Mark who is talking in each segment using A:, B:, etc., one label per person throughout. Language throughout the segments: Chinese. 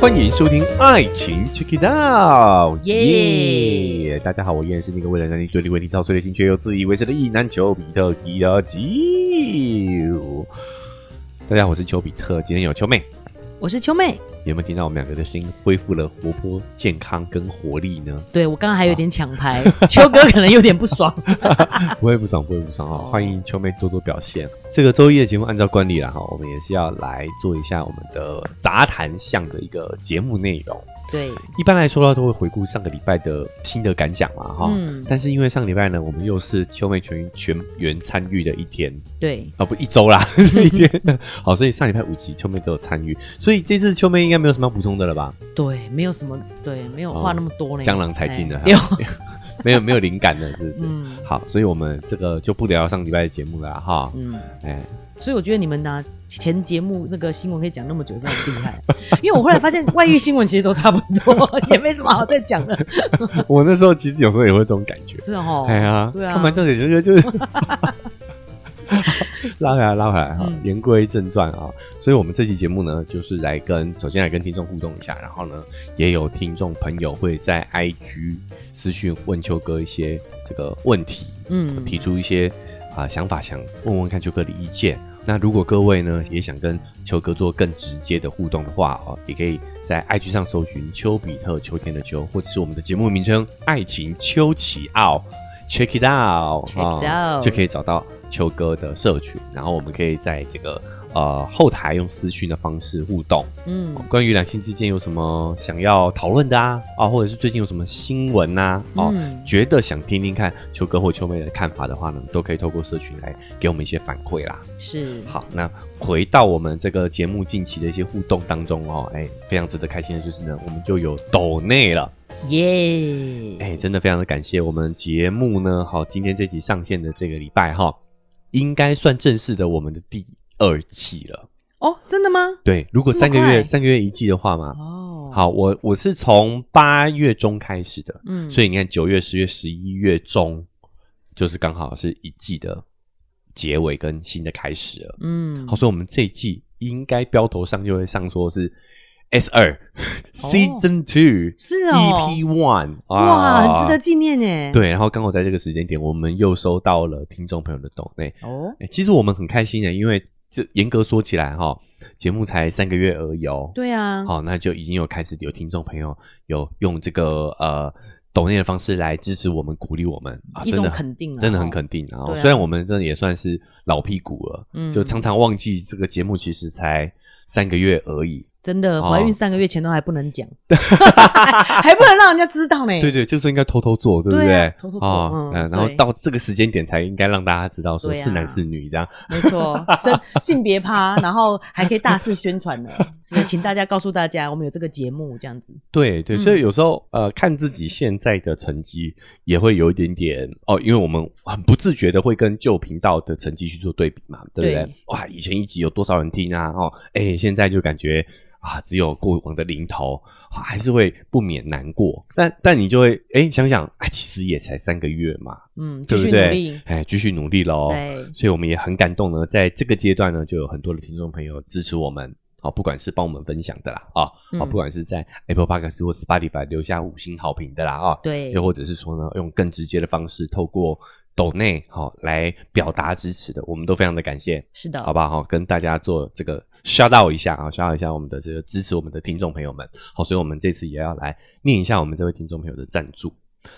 A: 欢迎收听《爱情 Check It Out》，
B: 耶
A: 耶！大家好，我依然是那个为了男女对立问题操碎了心却又自以为是的意男丘比特提的吉。大家好，我是丘比特，今天有丘妹。
B: 我是秋妹，
A: 有没有听到我们两个的声音恢复了活泼、健康跟活力呢？
B: 对我刚刚还有点抢 拍，秋哥可能有点不爽。
A: 不会不爽，不会不爽哦！
B: 哦
A: 欢迎秋妹多多表现。这个周一的节目，按照惯例啦哈，我们也是要来做一下我们的杂谈项的一个节目内容。
B: 对，
A: 一般来说呢，都会回顾上个礼拜的心得感想嘛哈。
B: 嗯，
A: 但是因为上个礼拜呢，我们又是秋妹全全员参与的一天
B: 对，
A: 啊，不一周啦， 是一天。好，所以上礼拜五集秋妹都有参与，所以这次秋妹应该没有什么要补充的了吧？
B: 对，没有什么，对，没有话那么多呢。
A: 江郎才尽了
B: 哎
A: 哈
B: 对哦，
A: 没有没有灵感了，是不是？
B: 嗯
A: 好，所以我们这个就不聊上礼拜的节目了啦哈。
B: 嗯，
A: 哎、
B: 所以我觉得你们呢，前节目那个新闻可以讲那么久，真的很厉害。 因为我后来发现外遇新闻其实都差不多， 也没什么好再讲的，
A: 哎 我那时候其实有时候也会有这种感觉。
B: 是哦
A: 哎。呀，
B: 对啊
A: 看完这里就是就是 拉回来拉回来哈
B: 嗯。
A: 言归正传啊，所以我们这期节目呢，就是来跟首先来跟听众互动一下，然后呢，也有听众朋友会在 IG 私讯问秋哥一些这个问题，
B: 嗯，
A: 提出一些啊、想法，想问问看秋哥的意见。那如果各位呢也想跟秋哥做更直接的互动的话哦，也可以在 IG 上搜寻“丘比特秋天的秋”，或者是我们的节目名称“爱情丘奇奥 ”，check it out，
B: Check it
A: 啊
B: out
A: 就可以找到秋哥的社群，然后我们可以在这个呃后台用私讯的方式互动。
B: 嗯，
A: 关于两性之间有什么想要讨论的啊啊，或者是最近有什么新闻呐、啊、哦、
B: 嗯
A: 觉得想听听看秋哥或秋妹的看法的话呢，都可以透过社群来给我们一些反馈啦。
B: 是，
A: 好，那回到我们这个节目近期的一些互动当中哦，哎，非常值得开心的就是呢，我们又有抖内了，
B: 耶，
A: 哎，真的非常的感谢我们节目呢，好，今天这集上线的这个礼拜哈、应该算正式的我们的第二季了。
B: 哦，真的吗？
A: 对，如果
B: 这么
A: 三个
B: 快
A: 月三个月一季的话嘛，
B: 哦，，
A: 好，我我是从八月中开始的，
B: 嗯，
A: 所
B: 以
A: 以你看九月、十月、十一月中，就是刚好是一季的结尾跟新的开始了。
B: 嗯，
A: 好，所以我们这一季应该标头上就会上说是 S 二 Season Two
B: 哦是哦
A: EP One，啊
B: 哇，很值得。纪念耶。，
A: E 对，然后刚好在这个时间点，我们又收到了听众朋友的抖内，
B: 哦，
A: 哎其实我们很开心的，因为这严格说起来哈、节目才三个月而已哦。
B: 对啊，
A: 好、那就已经有开始有听众朋友有用这个呃抖内的方式来支持我们、鼓励我们啊，
B: 一
A: 真
B: 种
A: 的
B: 肯定啊
A: 真的很
B: 哦
A: 肯定啊。
B: 对啊
A: 虽然我们真的也算是老屁股了，
B: 嗯
A: 就常常忘记这个节目其实才三个月而已。
B: 真的，
A: 哦
B: 怀孕三个月前都还 不能讲， 还不能让人家知道呢。
A: 对对，就是应该偷偷做，对不
B: 对
A: 对？哦
B: 啊偷偷做嗯
A: 然后
B: 对
A: 到这个时间点才应该让大家知道说
B: 对啊
A: 是男是女这样。
B: 没错，性性别趴，然后还可以大肆宣传 呢。所以请大家告诉大家，我们有这个节目这样子。
A: 对对，
B: 嗯
A: 所以有时候呃，看自己现在的成绩也会有一点点哦，因为我们很不自觉的会跟旧频道的成绩去做对比嘛，对不对？
B: 对
A: 哇，以前一集有多少人听啊？哦，哎，现在就感觉啊，只有过往的零头，啊还是会不免难过。但但你就会哎想想，哎，其实也才三个月嘛，
B: 嗯，继
A: 对
B: 续
A: 不
B: 努
A: 对
B: 力？。
A: 哎，继续努力喽。
B: 对
A: 所以我们也很感动呢，在这个阶段呢，就有很多的听众朋友支持我们。好，不管是帮我们分享的啦，啊、
B: 嗯
A: 啊，不管是在 Apple Podcast 或 Spotify 留下五星好评的啦，啊，
B: 对
A: 又或者是说呢，用更直接的方式，透过抖内好、来表达支持的，我们都非常的感谢，
B: 是的，
A: 好不好？好跟大家做这个 shout out 一下啊，shout out 一下我们的这个支持我们的听众朋友们。好，所以我们这次也要来念一下我们这位听众朋友的赞助。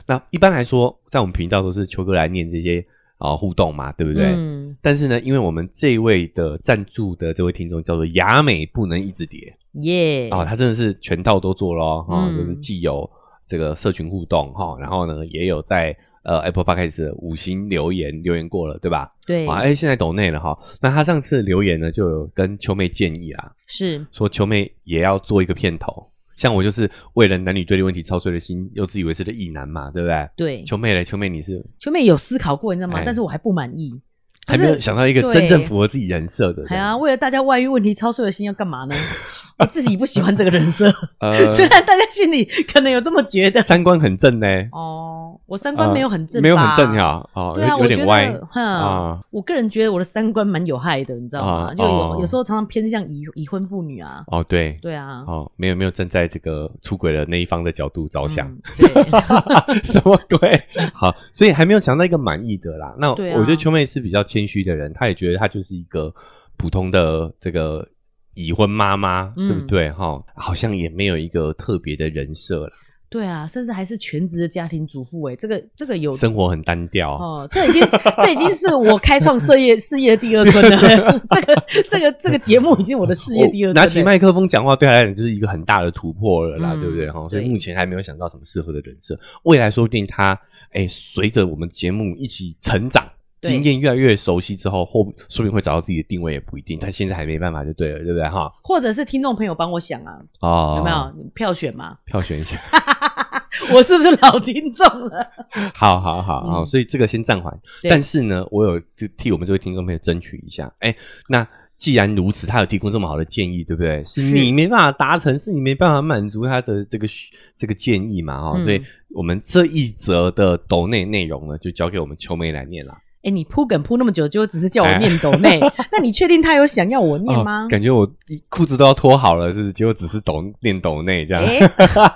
A: 那一般来说，在我们频道都是秋哥来念这些啊互动嘛，对不对？
B: 嗯，
A: 但是呢，因为我们这一位的赞助的这位听众叫做雅美，不能一直叠
B: 耶，
A: 啊、他真的是全套都做咯，哈、
B: 嗯
A: 就是既有这个社群互动哈、然后呢也有在呃 Apple Podcast 的五星留言留言过了，对吧？
B: 对，
A: 啊，哎，现在抖内了哈。那他上次留言呢，就有跟秋妹建议啦，
B: 是，
A: 说秋妹也要做一个片头。像我就是为了男女对立问题操碎了心，又自以为是的意男嘛，对不对？
B: 对。
A: 秋妹嘞，秋妹你是
B: 秋妹有思考过，你知道吗
A: 哎？
B: 但是我还不满意。
A: 还没有想到一个真正
B: 对
A: 符合自己人设的这
B: 哎呀，
A: 样子，
B: 为了大家外遇问题操碎了心，要干嘛呢？我自己不喜欢这个人设，
A: 呃
B: 虽然大家心里可能有这么觉得。
A: 三观很正呢。
B: 哦，哦，我三观没有 很正、
A: 啊没有很正。啊，哦，
B: 对啊，
A: 有
B: 我
A: 有
B: 觉
A: 点歪
B: 得，哈、
A: 啊
B: 我个人觉得我的三观蛮有害的，你知道吗？
A: 啊
B: 就有、
A: 哦
B: 有时候常常偏向已已婚妇女啊，
A: 哦，对，
B: 对啊，
A: 哦，没有没有站在这个出轨的那一方的角度着想，
B: 嗯对，
A: 什么鬼？好，所以还没有想到一个满意的啦。那我
B: 对啊
A: 觉得秋妹是比较谦虚的人，她也觉得她就是一个普通的这个已婚妈妈，
B: 嗯
A: 对不对？哈、好像也没有一个特别的人设啦，
B: 对啊，甚至还是全职的家庭主妇、哎，这个这个有
A: 生活很单调。
B: 哦，这已经这已经是我开创事业事业第二春了。 这个这个这个节目已经我的事业第二
A: 我
B: 春了。
A: 哦拿起麦克风讲话，对她来讲就是一个很大的突破了啦，
B: 嗯
A: 对不对？哈，所以
B: 对
A: 目前还没有想到什么适合的人设，未来说不定她哎，随着我们节目一起成长。
B: 对
A: 经验越来越熟悉之后，后说不定会找到自己的定位也不一定，但现在还没办法就对了，对不对哈？
B: 或者是听众朋友帮我想啊，
A: 哦，
B: 有没有票选嘛？
A: 票选一下？
B: 我是不是老听众了？
A: 好好好好，
B: 嗯
A: 所以这个先暂缓。
B: 对
A: 但是呢，我有就替我们这位听众朋友争取一下。哎，那既然如此，他有提供这么好的建议，对不对？是
B: 是
A: 你没办法达成，是你没办法满足他的这个需这个建议嘛？哦，
B: 嗯
A: 所以我们这一则的抖内内容呢，就交给我们秋梅来念啦。
B: 哎、你铺梗铺那么久，就只是叫我念抖 内，那你确定他有想要我念吗
A: 哎哦？感觉我裤子都要脱好了，是不是结果只是抖念抖内这样。
B: 哎、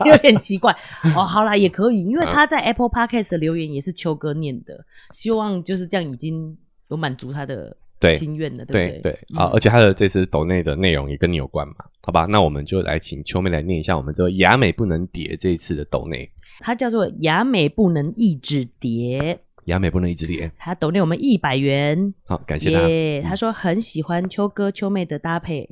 B: 有点奇怪哦。好啦，也可以，因
A: 嗯
B: 为他在 Apple Podcast 的留言也是秋哥念的，希望就是这样已经有满足他的
A: 对
B: 心愿了，
A: 对
B: 不
A: 对
B: 对？
A: 啊、
B: 嗯
A: 而且他的这次抖内的内容也跟你有关嘛，好吧？那我们就来请秋妹来念一下我们这个雅美不能叠这一次的抖内，
B: 它叫做雅美不能一指叠，
A: 雅美不能一直叠，
B: 它抖内我们一百元，
A: 好，感谢他。嗯
B: 耶！他说很喜欢秋哥秋妹的搭配，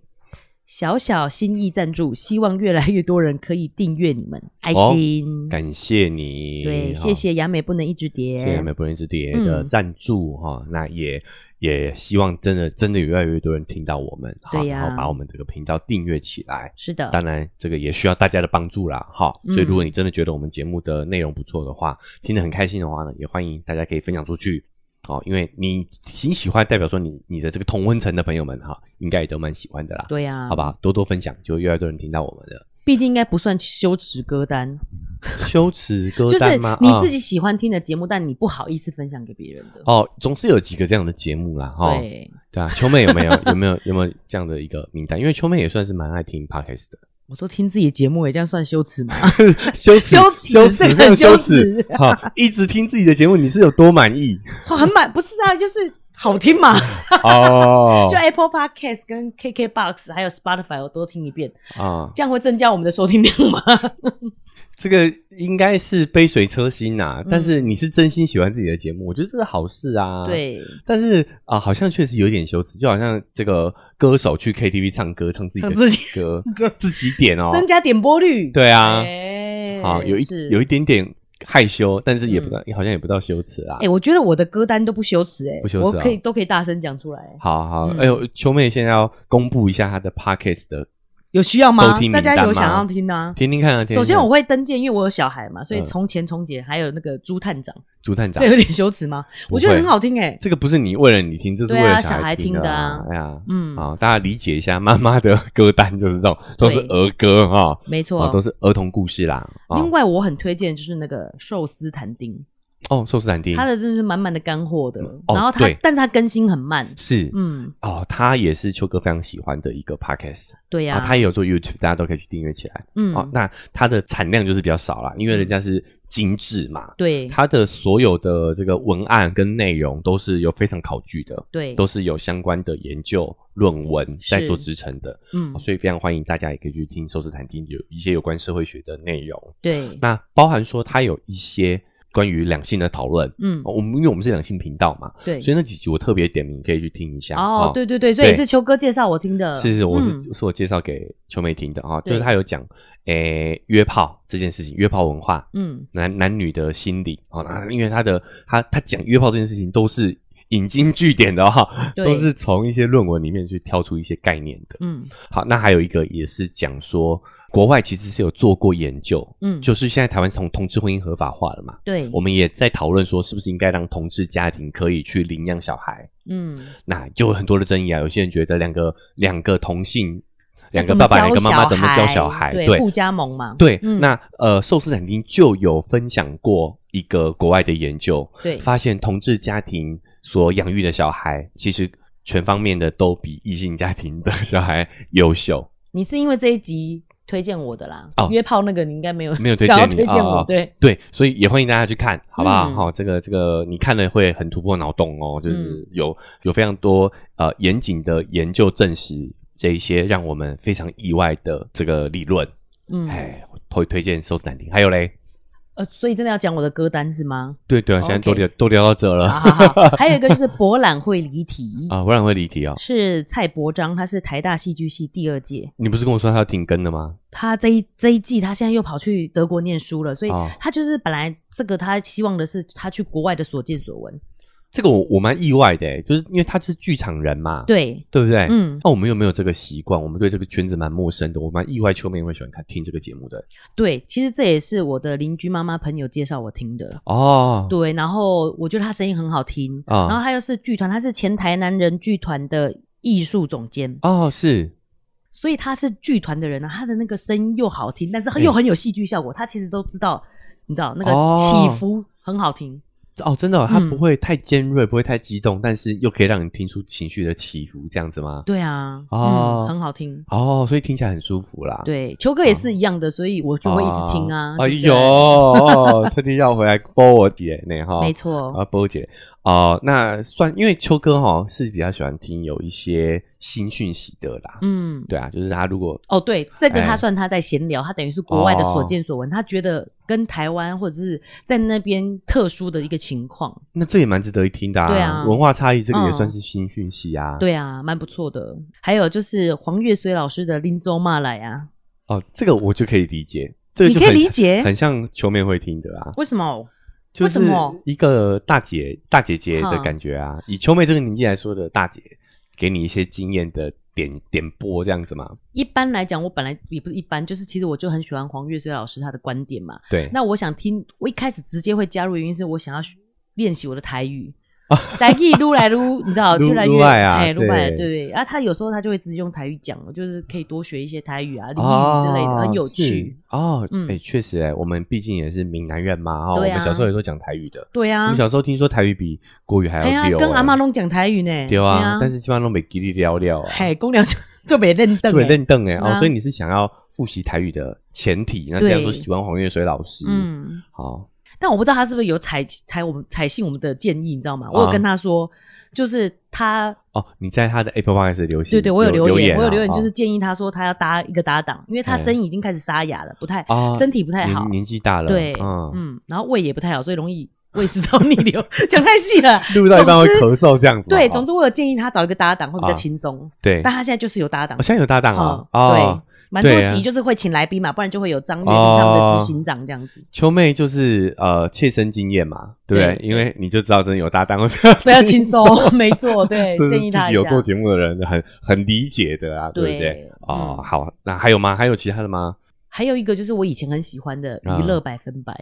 B: 小小心意赞助，希望越来越多人可以订阅你们，爱 心。
A: 感谢你，
B: 嗯对，
A: 哈
B: 谢，谢雅美不能一直叠，
A: 谢谢雅美不能一直叠的
B: 嗯
A: 赞助哈、那也也希望真的真的有越来越多人听到我们，哈
B: 对呀
A: 然后把我们这个频道订阅起来。
B: 是的，
A: 当然，这个也需要大家的帮助啦，哈。
B: 嗯
A: 所以，如果你真的觉得我们节目的内容不错的话，听得很开心的话呢，也欢迎大家可以分享出去，哦，因为你你喜欢，代表说你你的这个同温层的朋友们哈，应该也都蛮喜欢的啦，
B: 对啊呀、
A: 好，吧？多多分享，就越来越多人听到我们 的
B: 毕竟应该不算羞耻歌单，
A: 羞耻歌
B: 就是
A: 单吗？
B: 你
A: 啊
B: 自己喜欢听的节目，但你不好意思分享给别人的。
A: 哦，总是有几个这样的节目啦，哈。
B: 对，
A: 对啊，秋妹有没有有没有有没有这样的一个名单？因为秋妹也算是蛮爱听 podcast 的，
B: 我都听自己的节目，也这样算羞耻 吗？
A: 羞耻
B: 羞耻
A: 羞耻
B: 这个
A: 没有羞
B: 羞
A: 耻
B: 耻，
A: 好，一直听自己的节目，你是有多满意？
B: 哇很满，不是啊，就是好听嘛。
A: 哦，
B: 就 Apple Podcast 跟 KKBox 还有 Spotify 我都听一遍，
A: 啊，
B: 这样会增加我们的收听量吗？
A: 这个应该是杯水车薪呐、
B: 嗯
A: 但是你是真心喜欢自己的节目，我觉得这是好事啊。，
B: 对，
A: 但是啊、好像确实有点羞耻，就好像这个歌手去 KTV 唱歌，唱自己的
B: 唱自己
A: 歌，
B: 歌
A: 自己点哦。
B: 增加点播率。
A: 对啊，
B: 哎
A: 啊，有一
B: 是嗯
A: 有一点点害羞，但是也不到，好像也不到羞耻啦。
B: 哎、我觉得我的歌单都不羞耻哎、
A: 不羞耻啊
B: 我可以都可以大声讲出来，
A: 好好，
B: 嗯
A: 哎呦，秋妹现在要公布一下她的 podcast 的，
B: 有需要
A: 收
B: 吗
A: 听？名
B: 大
A: 单吗
B: 家有想要听啊？
A: 听听看啊。听听看
B: 首先我会登记，因为我有小孩嘛，所以
A: 嗯
B: 从前从姐还有那个朱探长，
A: 朱探长
B: 这，有点羞耻吗？
A: 不会
B: 我觉得很好听哎、
A: 这个不是你为了你听，这是
B: 对
A: 为
B: 啊
A: 了
B: 小孩
A: 听
B: 听的
A: 啊
B: 啊。
A: 哎呀，
B: 嗯，
A: 好，大家理解一下，妈妈的歌单就是这种，都是儿歌哈，
B: 没错。
A: 哦，都是儿童故事啦。
B: 另
A: 哦，
B: 外，我很推荐就是那个寿司摊丁，
A: 哦，寿司展丁
B: 它的真的是满满的干货的。
A: 哦
B: 然后它
A: 对，
B: 但是它更新很慢。
A: 是
B: 嗯，
A: 哦，他也是秋哥非常喜欢的一个 podcast
B: 对呀、
A: 啊，他也有做 YouTube，大家都可以去订阅起来。
B: 嗯，
A: 哦，那它的产量就是比较少啦，因为人家是精致嘛，
B: 对，
A: 它的所有的这个文案跟内容都是有非常考据的，
B: 对，
A: 都是有相关的研究论文
B: 是
A: 在做支撑的，
B: 嗯
A: 哦，所以非常欢迎大家也可以去听寿司坦丁有一些有关社会学的内容，
B: 对，
A: 那包含说它有一些关于两性的讨论。
B: 嗯，
A: 哦我们因为我们是两性频道嘛，
B: 对，
A: 所以那几集我特别点名，可以去听一下。
B: 哦，对对对，所以
A: 对
B: 是秋哥介绍我听的，
A: 是是，我是、
B: 嗯
A: 是我介绍给秋妹听的哈、就
B: 对
A: 是她有讲诶、约炮这件事情，约炮文化，
B: 嗯，
A: 男男女的心理啊、哦，那因为她的她她讲约炮这件事情都是引经据典的哈、哦
B: 嗯对
A: 都是从一些论文里面去挑出一些概念的。
B: 嗯
A: 好，那还有一个也是讲说，国外其实是有做过研究，
B: 嗯，
A: 就是现在台湾从同志婚姻合法化了嘛，
B: 对，
A: 我们也在讨论说，是不是应该让同志家庭可以去领养小孩。
B: 嗯，
A: 那就有很多的争议啊。有些人觉得两个两个同性，两个
B: 怎
A: 爸
B: 么
A: 爸
B: 教
A: 两个妈妈怎么教
B: 小
A: 孩？
B: 对，
A: 对
B: 互加盟嘛，
A: 对
B: 嗯
A: 那呃，寿司展厅就有分享过一个国外的研究，
B: 对
A: 发现同志家庭所养育的小孩，其实全方面的都比异性家庭的小孩优秀。
B: 你是因为这一集推荐我的啦，
A: 哦
B: 约炮那个你应该没有
A: 没有推
B: 想要
A: 荐你
B: 推荐我，
A: 哦
B: 对，
A: 对，所以也欢迎大家去看，好不好？
B: 嗯
A: 好、这个这个你看了会很突破脑洞哦，就是
B: 嗯
A: 有、有非常多呃严谨的研究证实这一些让我们非常意外的这个理论。
B: 嗯，
A: 哎、会推荐收视难听。还有嘞，
B: 呃，所以真的要讲我的歌单是 吗？
A: 对对啊，现在都
B: 哦 OK 啊
A: 聊都聊到这了
B: 好好好，还有一个就是博览会离题，
A: 啊，不然会离题哦。
B: 是蔡伯章，他是台大戏剧系第二届，
A: 你不是跟我说他要停更的吗？
B: 他这一这一季他现在又跑去德国念书了，所以
A: 哦
B: 他就是本来这个他希望的是他去国外的所见所闻，
A: 这个我我蛮意外的欸，就是因为他是剧场人嘛，
B: 对，
A: 对不对？
B: 嗯，
A: 那我们有没有这个习惯？我们对这个圈子蛮陌生的，我蛮意外秋妹会喜欢看听这个节目的
B: 对，其实这也是我的邻居妈妈朋友介绍我听的。
A: 哦。
B: 对，然后我觉得他声音很好听，
A: 啊
B: 然后他又是剧团，他是前台南人剧团的艺术总监，
A: 哦，是
B: 所以他是剧团的人呢、他的那个声音又好听，但是又很有戏剧效果。他其实都知道，你知道那
A: 哦
B: 个起伏很好听，
A: 哦，真的哦、他
B: 嗯
A: 不会太尖锐，不会太激动，但是又可以让你听出情绪的起伏，这样子吗？
B: 对啊，
A: 哦
B: 嗯，很好听。
A: 哦，所以听起来很舒服啦。，
B: 对，球哥也是一样的，所以我就会一直听啊。
A: 哎
B: 对不对
A: 呦，，哦特地绕回来 播我姐呢哈。
B: 没错，
A: 啊，波姐哦，那算因为秋哥哈、是比较喜欢听有一些新讯息的啦，
B: 嗯。
A: 对啊，就是他如果
B: 哦，对，这个
A: 哎
B: 他算他在闲聊，他等于是国外的所
A: 哦
B: 见所闻，他觉得跟台湾或者是在那边特殊的一个情况，
A: 那这也蛮值得一听的、啊，
B: 对啊
A: 文化差异这个也
B: 嗯
A: 算是新讯息啊，
B: 对啊，蛮不错的。还有就是黄月水老师的《林州骂来》啊，
A: 哦，这个我就可以理解，这个
B: 你
A: 就
B: 可以
A: 很
B: 理解
A: 很像球妹会听的啊，
B: 为什么？
A: 就
B: 为
A: 是
B: 什么
A: 一个大姐大姐姐的感觉啊，以球妹这个年纪来说的大姐，给你一些经验的点点播这样子嘛，
B: 一般来讲，我本来也不是一般，就是其实我就很喜欢黄月水老师他的观点嘛。
A: 对，
B: 那我想听，我一开始直接会加入，原因是我想要学练习我的台语。台语撸来撸，你知 道，
A: 撸
B: 越来
A: 撸
B: 越
A: 哦来啊
B: 哎，撸来
A: 对
B: 对对。啊，他有时候他就会直接用台语讲，我就是可以多学一些台语啊、俚
A: 啊
B: 语之类的，很有趣。
A: 是哦。
B: 嗯
A: 哎，确实哎，我们毕竟也是闽南人嘛，哦，我
B: 对啊
A: 们小时候也都讲台语的。
B: 对
A: 我
B: 啊
A: 们，小时候听说台语比国语还
B: 哎
A: 要
B: 呀
A: 溜，，欸
B: 跟阿妈拢讲台语呢。
A: 对
B: 嘿
A: 啊，但是基本上都没叽里聊聊啊，
B: 嘿，公聊就 就被认
A: 特
B: 凳
A: 别
B: 欸，
A: 认凳哎
B: 对
A: 哦，
B: 啊
A: 所以你是想要复习台语的前提，那这样说喜欢黄月水老师，嗯，
B: 嗯。
A: 好，
B: 但我不知道他是不是有采采我们采信我们的建议，你知道吗？我有跟
A: 啊
B: 他说，就是他，
A: 哦，你在他的 Apple Podcast 留言，
B: 对对，我有留言，
A: 留言啊，
B: 我有留言，就是
A: 哦
B: 建议他说他要搭一个搭档，因为他
A: 哎
B: 声音已经开始沙哑了，不太、
A: 哦
B: 身体不太好
A: 年，年纪大了，
B: 对，
A: 嗯，
B: 嗯，然后胃也不太好，所以容易胃食道逆流， 讲太细了。
A: 录到一半会
B: 总之
A: 咳嗽这样子嘛，
B: 对，
A: 哦
B: 总之我有建议他找一个搭档会比较
A: 啊
B: 轻松，
A: 对，
B: 但他现在就是有搭档
A: 我，现在有搭档啊，
B: 嗯
A: 哦，
B: 对，蛮多
A: 对啊
B: 集就是会请来宾嘛，不然就会有张月
A: 哦
B: 玲他们的执行长这样子。
A: 秋妹就是呃切身经验嘛，对不对？
B: 对
A: 因为你就知道真的有搭档会比较
B: 比较 轻松，没错，对
A: 啊这，是
B: 建议
A: 自
B: 他
A: 己
B: 一
A: 有
B: 下
A: 做。节目的人很很理解的啊，对不对
B: 对？
A: 哦，
B: 嗯
A: 好，那还有吗？还有其他的吗？
B: 还有一个就是我以前很喜欢的
A: 啊
B: 娱乐百分百，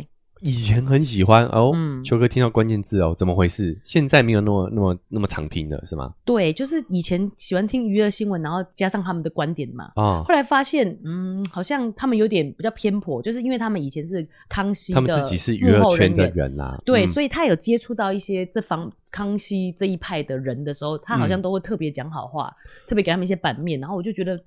A: 以前很喜欢哦，
B: 嗯
A: 秋哥听到关键字哦，怎么回事？现在没有那么那么那么常听了，是吗？
B: 对，就是以前喜欢听娱乐新闻，然后加上他们的观点嘛。
A: 啊，
B: 后来发现，嗯，好像他们有点比较偏颇，就是因为他们以前是康熙
A: 他
B: 的
A: 们自己是娱乐
B: 幕后
A: 圈的
B: 人员，
A: 人啦，
B: 对，
A: 嗯
B: 所以他有接触到一些这方康熙这一派的人的时候，他好像
A: 嗯
B: 都会特别讲好话，特别给他们一些版面，然后我就觉得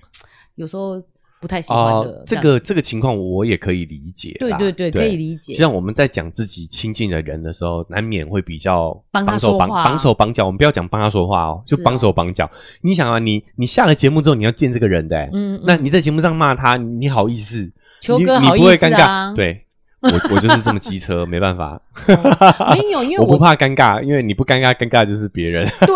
B: 有时候不太喜欢
A: 哦
B: 的。，
A: 这
B: 样
A: 个这个情况我也可以理解
B: 对
A: 啦，
B: 对对，可以理
A: 就
B: 解。
A: 像我们在讲自己亲近的人的时候，难免会比较
B: 帮他
A: 绑手
B: 说
A: 绑
B: 话
A: 绑手绑脚。我们不要讲帮他说话哦，就是
B: 啊
A: 绑手绑脚。你想啊，你你下了节目之后，你要见这个人的欸、
B: 嗯，嗯
A: 那你在节目上骂他，你你好意思？
B: 球
A: 你
B: 哥
A: 你
B: 好意
A: 不会
B: 思
A: 尴
B: 啊
A: 尬？，对 我我就是这么机车，没办法，
B: 哦没有，因为
A: 我
B: 我
A: 不怕尴尬，因为你不尴尬，尴尬就是别人。
B: 对，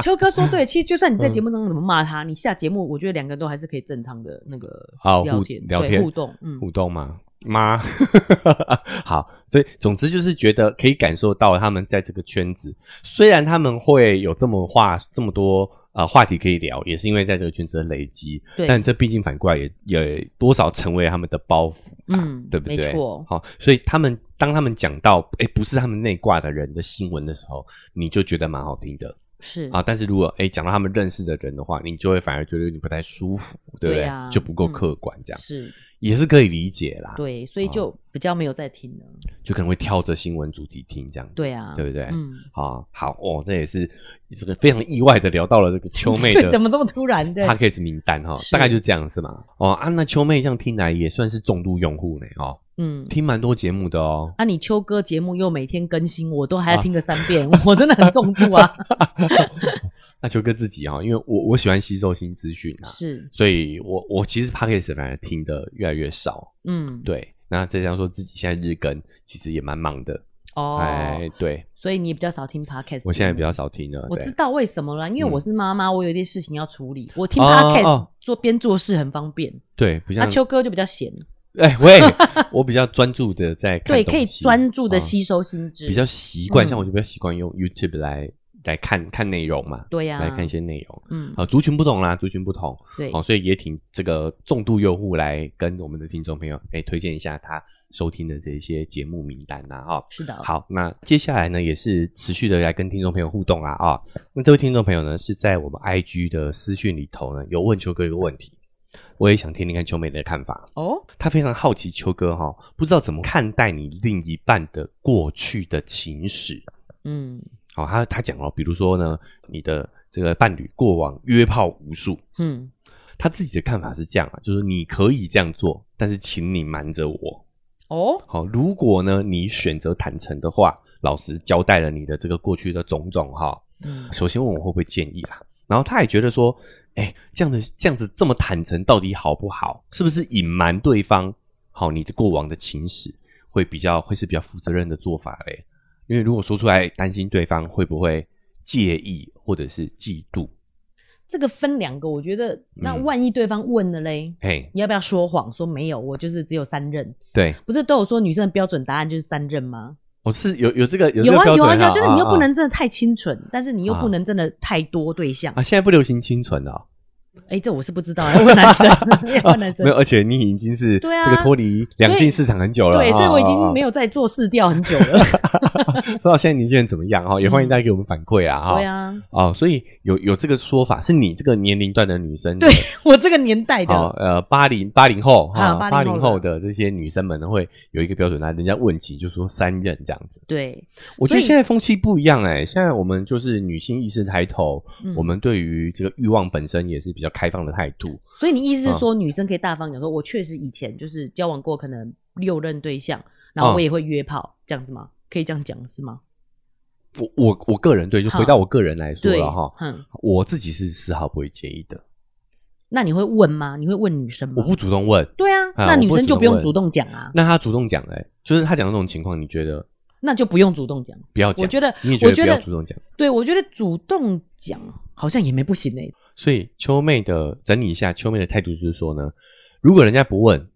B: 秋哥说对，其实就算你在
A: 嗯
B: 节目中怎么骂他，你下节目，我觉得两个人都还是可以正常的那个
A: 哦
B: 聊
A: 互
B: 天、
A: 聊
B: 对
A: 天
B: 互动，嗯，
A: 互动吗？妈， 好，所以总之就是觉得可以感受到他们在这个圈子，虽然他们会有这么话这么多呃话题可以聊，也是因为在这个圈子的累积，
B: 对
A: 但这毕竟反过来也也多少成为他们的包袱吧，
B: 嗯
A: 啊对不对？
B: 没错
A: 好，所以他们当他们讲到诶不是他们内挂的人的新闻的时候，你就觉得蛮好听的，
B: 是
A: 啊，但是如果哎讲到他们认识的人的话，你就会反而觉得有点不太舒服，对不
B: 对
A: 对？
B: 啊
A: 就不够
B: 嗯
A: 客观，这样、
B: 是，
A: 也是可以理解啦。，
B: 对，所以就
A: 哦
B: 比较没有在听了。
A: 就可能会跳着新闻主题听这样子。
B: 对啊，
A: 对不对
B: 嗯，
A: 啊，好哦，这也是这个非常意外的聊到了这个 秋妹
B: 对
A: 的，
B: 怎么这么突然？对
A: p，a c k a g e 名单哈、
B: 是
A: 大概就这样是吗？哦啊，那秋妹这样听来也算是重度用户呢哦，
B: 嗯。
A: 听蛮多节目的哦。
B: 啊，你秋哥节目又每天更新，我都还
A: 啊
B: 要听个三遍， 我真的很重 度啊。
A: 那秋哥自己哈、哦，因为我我喜欢吸收新资讯啊，
B: 是，
A: 所以我我其实 p a c k a g e 反而听的越来越少。
B: 嗯，
A: 对，那再加上说自己现在日更，其实也蛮忙的。
B: 哦，
A: 哎，对
B: 所以你也比较少听 podcast。
A: 我现在比较，少听了。
B: 我
A: 对
B: 知道为什么啦，因为
A: 嗯
B: 我是妈妈，我有一些事情要处理，我听
A: 哦
B: podcast、
A: 哦
B: 做边做事很方便。
A: 对，不
B: 那、
A: 像
B: 秋哥就比较闲，
A: 哎喂， 我比较专注的在看
B: 对，可以
A: 东西
B: 专注的
A: 啊
B: 吸收新知，
A: 比较习惯，
B: 嗯
A: 像我就比较习惯用 YouTube 来来看看内容嘛，
B: 对呀、
A: 来看一些内容。
B: 嗯，
A: 啊，族群不同啦，族群不同，
B: 对，
A: 哦，所以也挺这个重度用户来跟我们的听众朋友哎推荐一下他收听的这些节目名单呐、哈、
B: 是的，，
A: 好，那接下来呢，也是持续的来跟听众朋友互动啦啊、那这位听众朋友呢，是在我们 IG 的私讯里头呢，有问秋哥一个问题，我也想听听看秋妹的看法。
B: 哦，
A: 他非常好奇秋哥哈、不知道怎么看待你另一半的过去的情史。
B: 嗯
A: 好、他他讲哦，比如说呢，你的这个伴侣过往约炮无数，
B: 嗯，
A: 他自己的看法是这样啊，就是你可以这样做，但是请你瞒着我。
B: 哦，
A: 好，如果呢你选择坦诚的话，老实交代了你的这个过去的种种哈，
B: 嗯，
A: 首先问我会不会建议啦，然后他也觉得说，哎，这样的这样子这么坦诚到底好不好？是不是隐瞒对方好你的过往的情史会比较会是比较负责任的做法嘞？因为如果说出来，担心对方会不会介意或者是嫉妒，
B: 这个分两个，我觉得那
A: 嗯
B: 万一对方问了嘞，
A: 嘿，
B: 你要不要说谎？说没有，我就是只有三任，
A: 对，
B: 不是都有说女生的标准答案就是三任吗？
A: 我、是有有这个有这
B: 有
A: 个
B: 啊
A: 标
B: 有
A: 准
B: 啊
A: 哈
B: 有，就是你又
A: 啊
B: 不能真的太清纯，但是你又
A: 啊
B: 不能真的太多对象
A: 啊。现在不流行清纯了、哦。
B: 哎，这我是不知道，要问 男生，要问男生
A: 没有，。而且你已经是
B: 对啊
A: 这个脱离两性市场很久了，
B: 对，所以我已经没
A: 有
B: 有在做试调很久了。
A: 不知道现在年轻人怎么样哈，也
B: 嗯
A: 欢迎大家给我们反馈啊哈。
B: 对啊，
A: 哦，所以有有这个说法，是你这个年龄段的女生
B: 对我这个年代
A: 好
B: 的，
A: 呃八零八零后哈
B: 啊
A: 八
B: 80
A: 零
B: 后
A: 后的这些女生们会有一个标准，那人家问起就说三任这样子。
B: 对，
A: 我觉得
B: 所以
A: 现在风气不一样哎、现在我们就是女性意识抬头，
B: 嗯
A: 我们对于这个欲望本身也是比较开放的态度。
B: 所以你意
A: 嗯
B: 思是说，女生可以大方讲说，我确实以前就是交往过可能六任对象，然
A: 嗯
B: 后我也会约炮，这样子吗？可以这样讲是吗？
A: 我我我个人对，就回
B: 好
A: 到我个人来说
B: 对，
A: 了哈，
B: 嗯，
A: 我自己是丝毫不会介意的，
B: 那你会问吗？你会问女生吗
A: 我？不主动问。
B: 对啊，
A: 啊
B: 那女生就不
A: 我
B: 用
A: 不会
B: 主动讲啊，
A: 那他主动讲嘞、欸就是他讲的这种情况，你觉得
B: 那就不用主动讲。
A: 不要讲？
B: 我觉得，
A: 你也
B: 我
A: 得
B: 觉
A: 不要
B: 得
A: 主动讲。
B: 对，我觉得主动讲好像也没不行哎、
A: 所以秋妹的整理一下，秋妹的态度就是说呢，如果人家不问，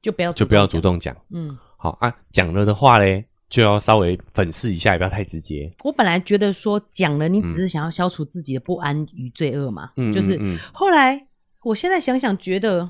B: 就不要
A: 就不要主
B: 动
A: 动讲。
B: 讲。嗯，
A: 好啊，讲了的话嘞，就要稍微粉饰一下，也不要太直接。
B: 我本来觉得说讲了，你只是想要消除自己的不安与罪恶嘛，
A: 嗯
B: 就是、
A: 嗯嗯
B: 后来我现在想想，觉得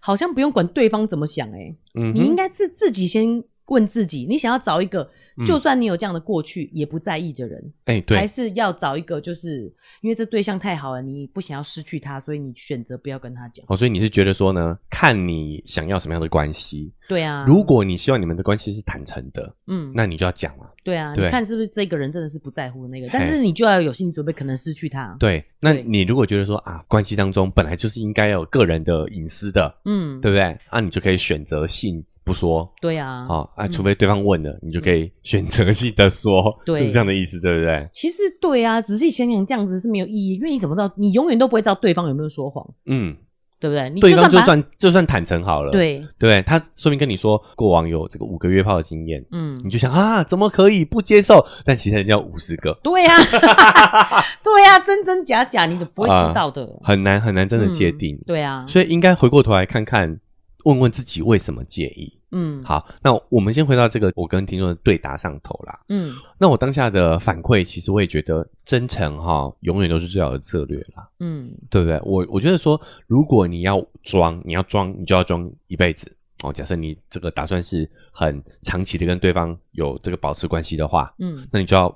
B: 好像不用管对方怎么想哎、
A: 嗯哼，
B: 你应该是自己先问自己，你想要找一个
A: 嗯，
B: 就算你有这样的过去也不在意的人，
A: 哎、
B: 还
A: 对，
B: 是要找一个，就是因为这对象太好了，你不想要失去他，所以你选择不要跟他讲。
A: 哦，所以你是觉得说呢，看你想要什么样的关系。
B: 对啊，
A: 如果你希望你们的关系是坦诚的，
B: 嗯，
A: 那你就要讲嘛。
B: 对啊，
A: 对
B: 你看是不是这个人真的是不在乎那个？但
A: 嘿
B: 是你就要有心理准备，可能失去他。，
A: 对，那
B: 对
A: 你如果觉得说啊，关系当中本来就是应该要有个人的隐私的，
B: 嗯，
A: 对不对？啊，你就可以选择性不说
B: 对啊，
A: 啊啊，
B: 嗯
A: 除非对方问了，你就可以选择性的说，
B: 对
A: 是这样的意思，对不对？
B: 其实对啊，仔细想想这样子是没有意义，因为你怎么知道？你永远都不会知道对方有没有说谎，
A: 嗯，
B: 对不对？你
A: 对方就
B: 把他
A: 算就算坦诚好了，
B: 对，
A: 对，他说明跟你说过往有这个五个约炮的经验，
B: 嗯
A: 你，就想啊，怎么可以不接受？但其实人家五十个，
B: 对呀、啊，对呀、啊，真真假假你都不会知道的，
A: 很难很啊难真的界定，
B: 嗯对啊，
A: 所以应该回过头来看看，问问自己为什么介意。
B: 嗯，
A: 好，那我们先回到这个我跟听众的对答上头啦。
B: 嗯
A: 那我当下的反馈，其实我也觉得真诚哈、永远都是最好的策略啦，
B: 嗯，
A: 对不对？我我觉得说，如果你要装，你要装，你就要装一辈子哦。假设你这个打算是很长期的跟对方有这个保持关系的话，
B: 嗯，
A: 那你就要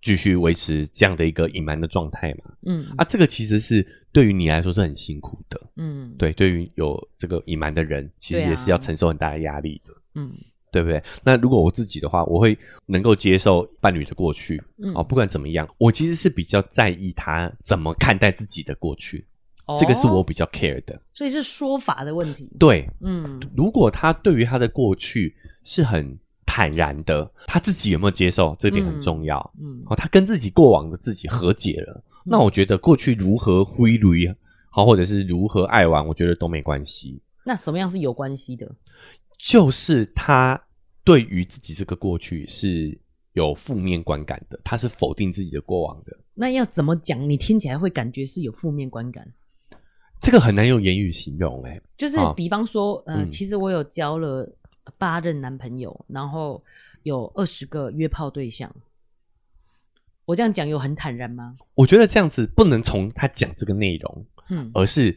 A: 继续维持这样的一个隐瞒的状态嘛。
B: 嗯
A: 啊，这个其实是对于你来说是很辛苦的，
B: 嗯
A: 对，对于有这个隐瞒的人，其实
B: 对啊
A: 也是要承受很大的压力的。
B: 嗯
A: 对不对？那如果我自己的话，我会能够接受伴侣的过去，
B: 嗯
A: 哦，不管怎么样，我其实是比较在意他怎么看待自己的过去，这个是我
B: 哦
A: 比较 care 的。
B: 所以是说法的问题。
A: 对，
B: 嗯
A: 如果他对于他的过去是很坦然的，他自己有没有接受，这点很
B: 嗯
A: 重要。
B: 嗯
A: 哦，他跟自己过往的自己和解了，那我觉得过去如何挥泪，好，或者是如何爱玩，我觉得都没关系。
B: 那什么样是有关系的？
A: 就是他对于自己这个过去是有负面观感的，他是否定自己的过往的，
B: 那要怎么讲？你听起来会感觉是有负面观感。
A: 这个很难用言语形容哎、
B: 就是
A: 啊
B: 比方说，呃，
A: 嗯
B: 其实我有交了八任男朋友，然后有二十个约炮对象。我这样讲有很坦然吗？
A: 我觉得这样子不能从他讲这个内容，
B: 嗯，
A: 而是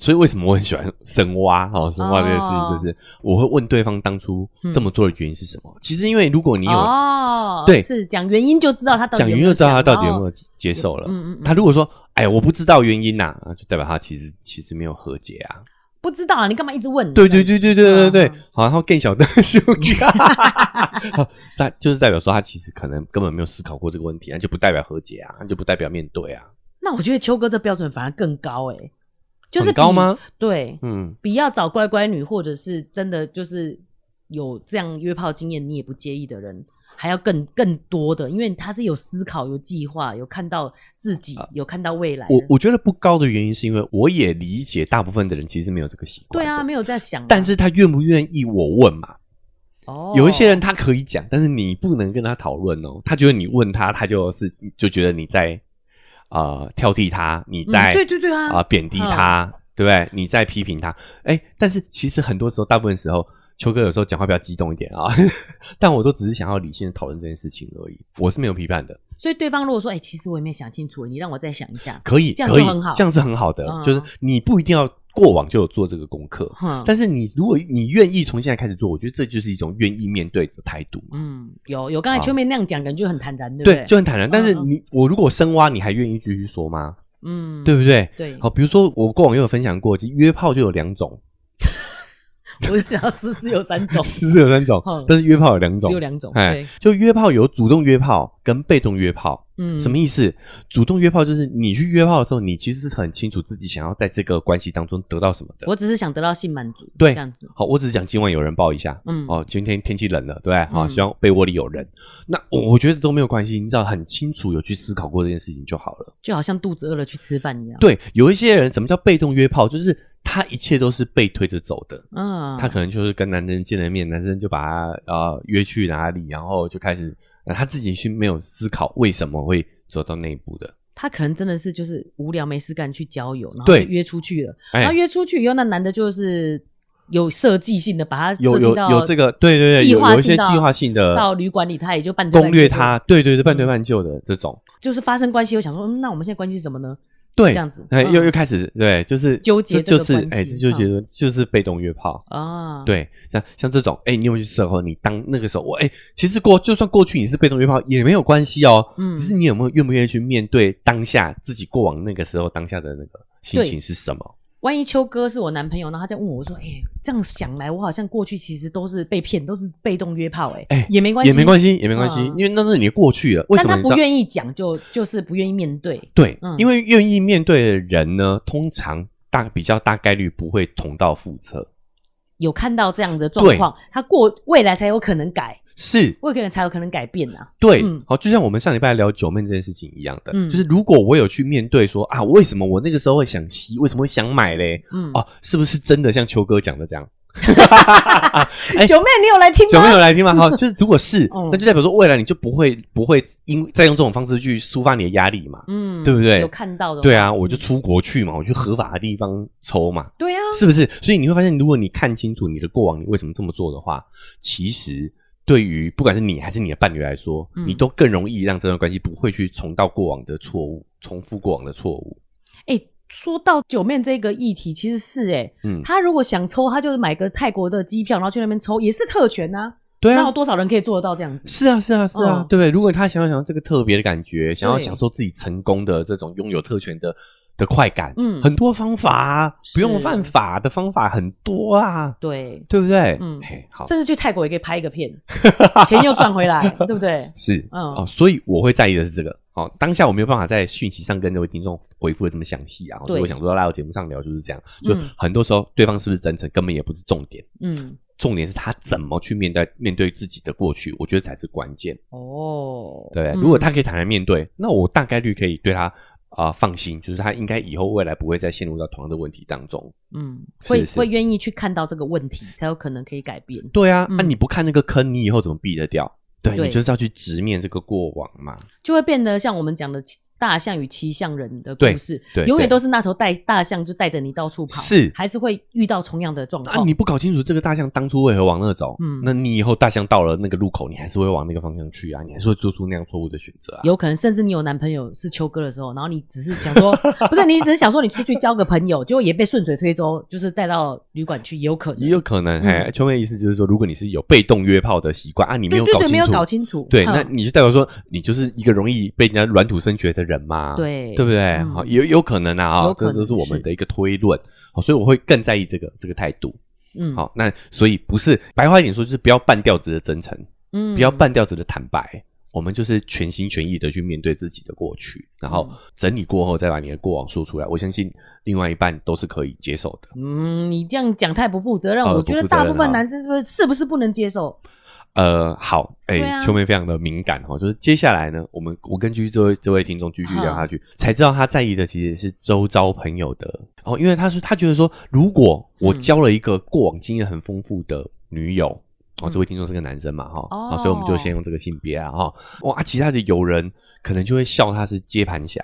A: 所以为什么我很喜欢深挖哦，深挖这件事情，就是、我会问对方当初这么做的原因是什么。其实因为如果你有
B: 嗯哦，
A: 对
B: 是讲原因就知道他到底
A: 讲原
B: 有没
A: 因，
B: 有
A: 就知道他
B: 想
A: 到底有没有
B: 哦
A: 接受了。
B: 嗯嗯嗯
A: 他如果说哎我不知道原因呐、啊，就代表他其实其实没有和解啊。
B: 不知道啊？你干嘛一直问？
A: 对对对对对对对
B: 嗯嗯，
A: 好，然后更小的修 改，代就是代表说他其实可能根本没有思考过这个问题，那就不代表和解啊，那就不代表面对啊，
B: 那我觉得秋哥这标准反而更高哎、就是
A: 很高
B: 比？
A: 吗？
B: 对，
A: 嗯，
B: 比要找乖乖女，或者是真的就是有这样约炮经验，你也不介意的人，还要更更多的，因为他是有思考、有计划、有看到自己、有看到未来的。
A: 啊我我觉得不高的原因是因为我也理解大部分的人其实没有这个习惯，
B: 对啊，，没有在想啊、
A: 但是他愿不愿意我问嘛？
B: 哦，
A: 有一些人他可以讲，但是你不能跟他讨论哦，他觉得你问他，他就是就觉得你在呃挑剔他，你
B: 嗯
A: 在
B: 对对对啊，
A: 啊、贬低他，对不对？你在批评他，哎，但是其实很多时候，大部分时候，秋哥有时候讲话比较激动一点啊， 但我都只是想要理性的讨论这件事情而已，我是没有批判的，
B: 所以对方如果说，哎、其实我也没想清楚，你让我再想一下，
A: 可以，
B: 这样
A: 可以
B: 就很好，
A: 这样是很好的，
B: 嗯
A: 就是你不一定要过往就有做这个功课，
B: 哼，
A: 但是你如果你愿意从现在开始做，我觉得这就是一种愿意面对的态度嘛。
B: 嗯，有有，刚才秋妹那样讲，感觉很坦然，对不
A: 对，
B: 对？
A: 就很坦然。但是
B: 嗯嗯
A: 你，我如果深挖，你还愿意继续说吗？
B: 嗯，
A: 对不对？
B: 对，
A: 好，比如说我过往也有分享过，其实约炮就有两种，，
B: 我就想要思思有三种
A: 是 有三种
B: 嗯，
A: 但是约炮有两种，
B: 只有两种，
A: 哎
B: 对，
A: 就约炮有主动约炮跟被动约炮，
B: 嗯，
A: 什么意思？主动约炮就是你去约炮的时候，你其实是很清楚自己想要在这个关系当中得到什么的。
B: 我只是想得到性满足，
A: 对
B: 这样子，
A: 好，我只是讲今晚有人抱一下。
B: 嗯，
A: 哦，今天天气冷了，对不对？好、
B: 嗯
A: 希望被窝里有人。那我我觉得都没有关系，你只要很清楚有去思考过这件事情就好了。
B: 就好像肚子饿了去吃饭一样，，
A: 对，有一些人什么叫被动约炮，就是他一切都是被推着走的。
B: 嗯，
A: 他可能就是跟男生见了面，男生就把他呃约去哪里，然后就开始、呃他自己去没有思考为什么会走到那一步的。
B: 他可能真的是就是无聊没事干去交友，然后
A: 对
B: 就约出去了，
A: 哎
B: 然后约出去以后，那男的就是有设计性的把他
A: 有
B: 设
A: 有
B: 计到
A: 有这个，对对对，
B: 计
A: 有
B: 划
A: 有一
B: 性
A: 些
B: 到
A: 计划性的
B: 到旅馆里，他也就半推半
A: 攻略
B: 就嗯
A: 他，对对对，半推半就的这种，
B: 就是发生关系，我想说，嗯，那我们现在关系是什么呢？
A: 对，
B: 这样子
A: 哎，
B: 嗯
A: 又又开始对，就是
B: 纠结
A: 这
B: 这
A: 就
B: 个
A: 是
B: 关
A: 哎，
B: 系嗯
A: 这就觉得就是被动约炮。
B: 啊，，
A: 对，像像这种，哎、你有没有去思考？你当那个时候，我哎、其实过就算过去你是被动约炮也没有关系哦，
B: 嗯
A: 只是你有没有愿不愿意去面对当下自己过往那个时候当下的那个心
B: 对
A: 情是什么？
B: 万一秋哥是我男朋友，然后他在问我，我说，哎、这样想来，我好像过去其实都是被骗，都是被动约炮、哎、
A: 哎
B: 也没关系，
A: 也没关系，也没关系，
B: 嗯
A: 因为那是你的过去了。为什
B: 但
A: 么
B: 他
A: 你知
B: 不
A: 道？
B: 愿意讲，就就是不愿意面对，
A: 对，
B: 嗯
A: 因为愿意面对的人呢，通常大比较大概率不会重蹈覆辙。
B: 有看到这样的状况，他过未来才有可能改，
A: 是
B: 未来才有可能改变啊。
A: 对，
B: 嗯
A: 好，就像我们上礼拜聊九妹这件事情一样的，
B: 嗯
A: 就是如果我有去面对说啊，为什么我那个时候会想吸，为什么会想买嘞？
B: 嗯，
A: 哦，是不是真的像秋哥讲的这样？哎
B: 九妹，你有来听
A: 九妹
B: 吗？
A: 有来听吗？好，就是如果是，
B: 嗯
A: 那就代表说未来你就不会不会因再用这种方式去抒发你的压力嘛？
B: 嗯
A: 对不对
B: 有看到的话，
A: 对啊，我就出国去嘛，我去合法的地方抽嘛，
B: 对啊，
A: 是不是？所以你会发现，如果你看清楚你的过往，你为什么这么做的话，其实对于不管是你还是你的伴侣来说，
B: 嗯
A: 你都更容易让这段关系不会去重蹈过往的错误，重复过往的错误。
B: 哎、说到九妹这个议题，其实是哎、
A: 嗯
B: 他如果想抽，他就是买个泰国的机票，然后去那边抽，也是特权啊。
A: 对
B: 那
A: 啊
B: 有，多少人可以做得到这样子？
A: 是啊，是啊，是啊，
B: 嗯
A: 对不对？如果他想要享受这个特别的感觉，想要
B: 对
A: 享受自己成功的这种拥有特权的的快感，
B: 嗯
A: 很多方法啊，
B: 是
A: 不用犯法的方法很多啊，
B: 对，
A: 对不对？
B: 嗯
A: 嘿，好，
B: 甚至去泰国也可以拍一 个片，钱又赚回来，对不对？
A: 是，
B: 嗯
A: 哦，所以我会在意的是这个。哦，当下我没有办法在讯息上跟这位听众回复的这么详细啊，所以
B: 对
A: 我想说来我节目上聊就是这样，就
B: 嗯
A: 很多时候对方是不是真诚根本也不是重点，
B: 嗯，
A: 重点是他怎么去面对面对自己的过去，我觉得才是关键。
B: 哦，
A: 对，
B: 嗯
A: 如果他可以坦然面对，那我大概率可以对他啊、放心，就是他应该以后未来不会再陷入到同样的问题当中。
B: 嗯，
A: 是
B: 会
A: 是
B: 会愿意去看到这个问题，才有可能可以改变。
A: 对啊，那、
B: 嗯
A: 你不看那个坑，你以后怎么避得掉？对
B: 对
A: 你就是要去直面这个过往嘛。
B: 就会变得像我们讲的骑大象与骑象人的故事，
A: 对对
B: 永远
A: 对
B: 都是那头带大象就带着你到处跑，
A: 是
B: 还是会遇到同样的状
A: 那、
B: 况。
A: 啊你不搞清楚这个大象当初为何往那走，
B: 哦嗯
A: 那你以后大象到了那个路口，你还是会往那个方向去啊，你还是会做出那样错误的选择啊。
B: 有可能甚至你有男朋友是秋哥的时候，然后你只是想说，不是你只是想说你出去交个朋友，结果也被顺水推舟，就是带到旅馆去，也有可能。
A: 也有可能，
B: 嗯
A: 嘿，秋妹的意思就是说，如果你是有被动约炮的习惯啊，你没
B: 对
A: 有
B: 对
A: 搞
B: 对，
A: 清
B: 没有
A: 楚，
B: 搞清楚。
A: 对，
B: 嗯
A: 那你就代表说你就是一个容易被人家软土生绝的人嘛，
B: 对
A: 对不对？
B: 嗯
A: 好、有有可能啊，啊、
B: 有可
A: 这
B: 能
A: 都是我们的一个推论，好，所以我会更在意这个这个态度。
B: 嗯
A: 好，那所以不是白话一点说，就是不要半吊子的真诚，
B: 嗯
A: 不要半吊子的坦白，我们就是全心全意的去面对自己的过去，然后整理过后再把你的过往说出来。我相信另外一半都是可以接受的。
B: 嗯，你这样讲太不负责任。
A: 哦
B: 我
A: 不
B: 觉得
A: 负责任
B: 大部分
A: 啊
B: 男生是不是是不是不能接受？
A: 呃，好，哎、
B: 对啊
A: 秋妹非常的敏感哈、哦，就是接下来呢，我们我根据这位这位听众继续聊下去，才知道他在意的其实是周遭朋友的哦，因为他说他觉得说，如果我
B: 嗯
A: 交了一个过往经验很丰富的女友。哦，
B: 嗯
A: 这位听众是个男生嘛，哈、
B: 哦
A: 啊所以我们就先用这个性别啊，哈、哇，啊其他的友人可能就会笑他是接盘侠，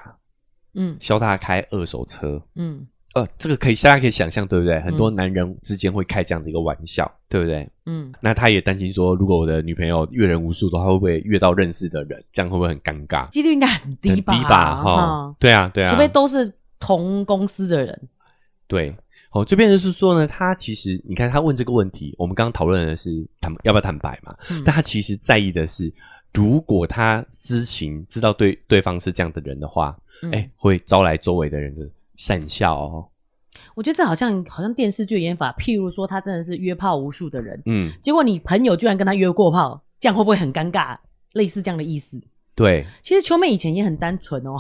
B: 嗯
A: 笑他开二手车，
B: 嗯
A: 呃，这个可以，大家可以想象，对不对？很多男人之间会开这样的一个玩笑，对不对？
B: 嗯，
A: 那他也担心说，如果我的女朋友阅人无数的话，会不会越到认识的人？这样会不会很尴尬？
B: 几率应该很低吧？
A: 很低吧？哈，对啊，对啊，
B: 除非都是同公司的人。
A: 对。好，这边就是说呢，他其实你看他问这个问题，我们刚刚讨论的是坦要不要坦白嘛，
B: 嗯
A: 但他其实在意的是，如果他知情知道对对方是这样的人的话，哎、
B: 嗯
A: 会招来周围的人的善笑哦。
B: 我觉得这好像好像电视剧的演法，譬如说他真的是约炮无数的人，
A: 嗯，
B: 结果你朋友居然跟他约过炮，这样会不会很尴尬？类似这样的意思。
A: 对，
B: 其实秋妹以前也很单纯 哦，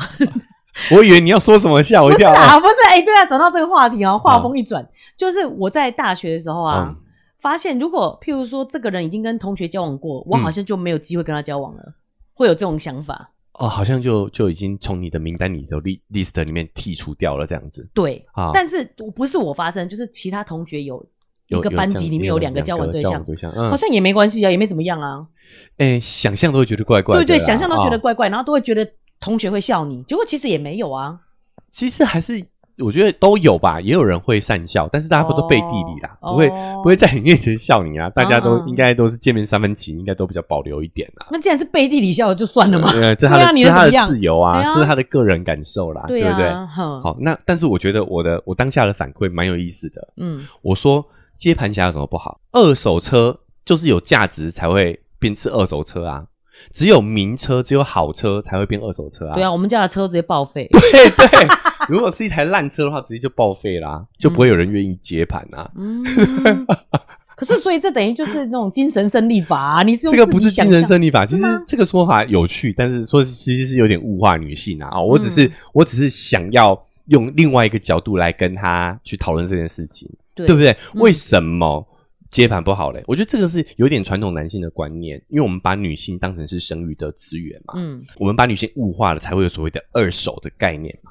A: 我以为你要说什么，吓我一
B: 不是
A: 跳啊！
B: 啊，不是，哎、对啊，转到这个话题哦，话锋一转，就是我在大学的时候啊，
A: 嗯
B: 发现如果譬如说这个人已经跟同学交往过，
A: 嗯
B: 我好像就没有机会跟他交往了，会有这种想法。
A: 哦，好像就就已经从你的名单里头 li- list 里面剔除掉了这样子
B: 对，
A: 啊。
B: 但是不是我发生，就是其他同学有一
A: 有
B: 个
A: 有
B: 班
A: 这
B: 级
A: 样
B: 里面有两个交往对
A: 对
B: 象，
A: 象，
B: 好
A: 嗯，
B: 像也没关系啊，也没怎么样啊。
A: 哎，想象都会觉得怪怪的啦，
B: 对对，想象都觉得
A: 哦
B: 怪怪，然后都会觉得同学会笑你，结果其实也没有啊。
A: 其实还是我觉得都有吧，也有人会善笑，但是大家不都背地里啦，
B: 哦
A: 不会
B: 哦
A: 不会在你面前笑你啊，大家都
B: 嗯嗯
A: 应该都是见面三分情，应该都比较保留一点 啦。
B: 那既然是背地里笑就算了嘛，
A: 对，这是他
B: 对啊
A: 的
B: 你
A: 这是
B: 能
A: 他的
B: 怎么样
A: 自由啊
B: 对，啊
A: 这是他的个人感受啦， 对不对？
B: 啊，哼，
A: 好，那但是我觉得我的我当下的反馈蛮有意思的，
B: 嗯，
A: 我说接盘侠有什么不好？二手车就是有价值才会变是二手车啊，只有名车、只有好车才会变二手车啊。
B: 对啊，我们家的车直接报废，
A: 对对，如果是一台烂车的话，直接就报废啦，就不会有人愿意接盘啊。
B: 嗯。可是，所以这等于就是那种精神胜利法啊、你是用
A: 这个不
B: 自己
A: 是
B: 想
A: 精神
B: 象
A: 胜利法，其
B: 是
A: 实
B: 吗
A: 这个说法有趣，但是说其实是有点物化女性啊。哦，我只是、
B: 嗯
A: 我只是想要用另外一个角度来跟他去讨论这件事情。
B: 对
A: 对不对？
B: 嗯
A: 为什么接盘不好嘞？我觉得这个是有点传统男性的观念，因为我们把女性当成是生育的资源嘛，
B: 嗯，
A: 我们把女性物化了，才会有所谓的二手的概念嘛。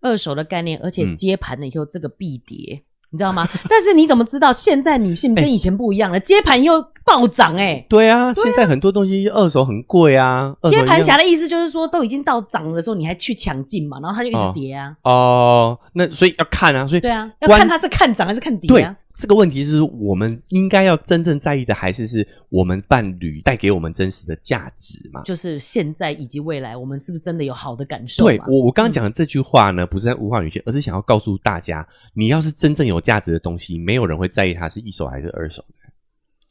B: 二手的概念，而且
A: 嗯
B: 接盘了以后这个必跌，你知道吗？ 但是你怎么知道现在女性
A: 哎
B: 跟以前不一样了？接盘又暴涨哎、
A: 对啊，现在很多东西二手很贵啊，二手一
B: 接
A: 样
B: 盘侠的意思就是说，都已经到涨了的时候，你还去抢进嘛，然后它就一直跌啊。
A: 哦，那所以要看啊，所以
B: 对啊，要
A: 关
B: 看它是看涨还是看跌
A: 对
B: 啊。
A: 这个问题是我们应该要真正在意的，还是是我们伴侣带给我们真实的价值嘛？
B: 就是现在以及未来，我们是不是真的有好的感受嘛？啊
A: 对我，我刚刚讲的
B: 嗯
A: 这句话呢，不是在物化女性，而是想要告诉大家，你要是真正有价值的东西，没有人会在意它是一手还是二手的。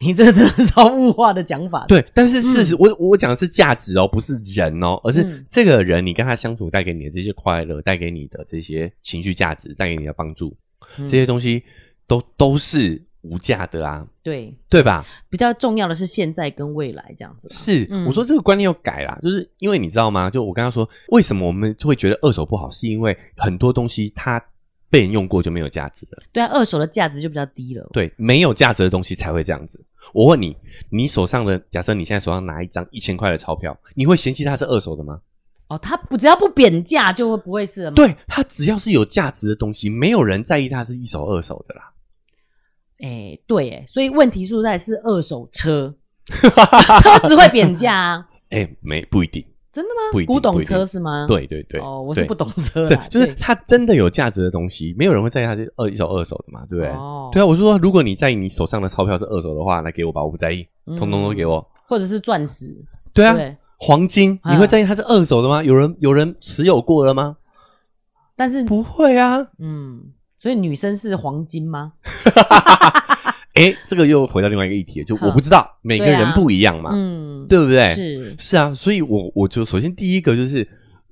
B: 你这个真的是超物化的讲法。，
A: 对，但是事实，我我讲的是价值哦，不是人哦，而是
B: 嗯
A: 这个人，你跟他相处带给你的这些快乐，带给你的这些情绪价值，带给你的帮助，
B: 嗯
A: 这些东西都都是无价的啊，
B: 对，
A: 对吧？
B: 比较重要的是现在跟未来这样子吧。
A: 是，
B: 嗯
A: 我说这个观念要改啦，就是因为你知道吗？就我刚刚说，为什么我们就会觉得二手不好，是因为很多东西它被人用过就没有价值了。
B: 对啊，二手的价值就比较低了。
A: 对，没有价值的东西才会这样子。我问你，你手上的，假设你现在手上拿一张一千块的钞票，你会嫌弃它是二手的吗？
B: 哦，它不只要不贬价，就会不会是了吗？
A: 对，它只要是有价值的东西，没有人在意它是一手二手的啦。
B: 哎，对，哎，所以问题出在是二手车， 车子会贬价啊？
A: 哎、没不一定，
B: 真的
A: 不一
B: 吗？
A: 定
B: 古董
A: 不一
B: 车
A: 定
B: 是吗？，
A: 对对对。
B: 哦，我是
A: 对
B: 不懂车
A: 对
B: 啦，
A: 就是它真的有价值的东西，没有人会在意它是二一手二手的嘛，对不对？
B: 哦
A: 对啊，我是说，如果你在意你手上的钞票是二手的话，来给我吧，我不在意，通通都给我。
B: 或者是钻石，
A: 对啊，
B: 嗯对。
A: 黄金
B: 啊
A: 你会在意它是二手的吗？有人有人持有过了吗？
B: 但是，
A: 不会啊。
B: 嗯，所以女生是黄金吗？
A: 诶，哎这个又回到另外一个议题了，就
B: 哼
A: 我不知道，每个
B: 对啊
A: 人不一样嘛，
B: 嗯，
A: 对不对？
B: 是，
A: 是啊，所以我我就首先第一个就是，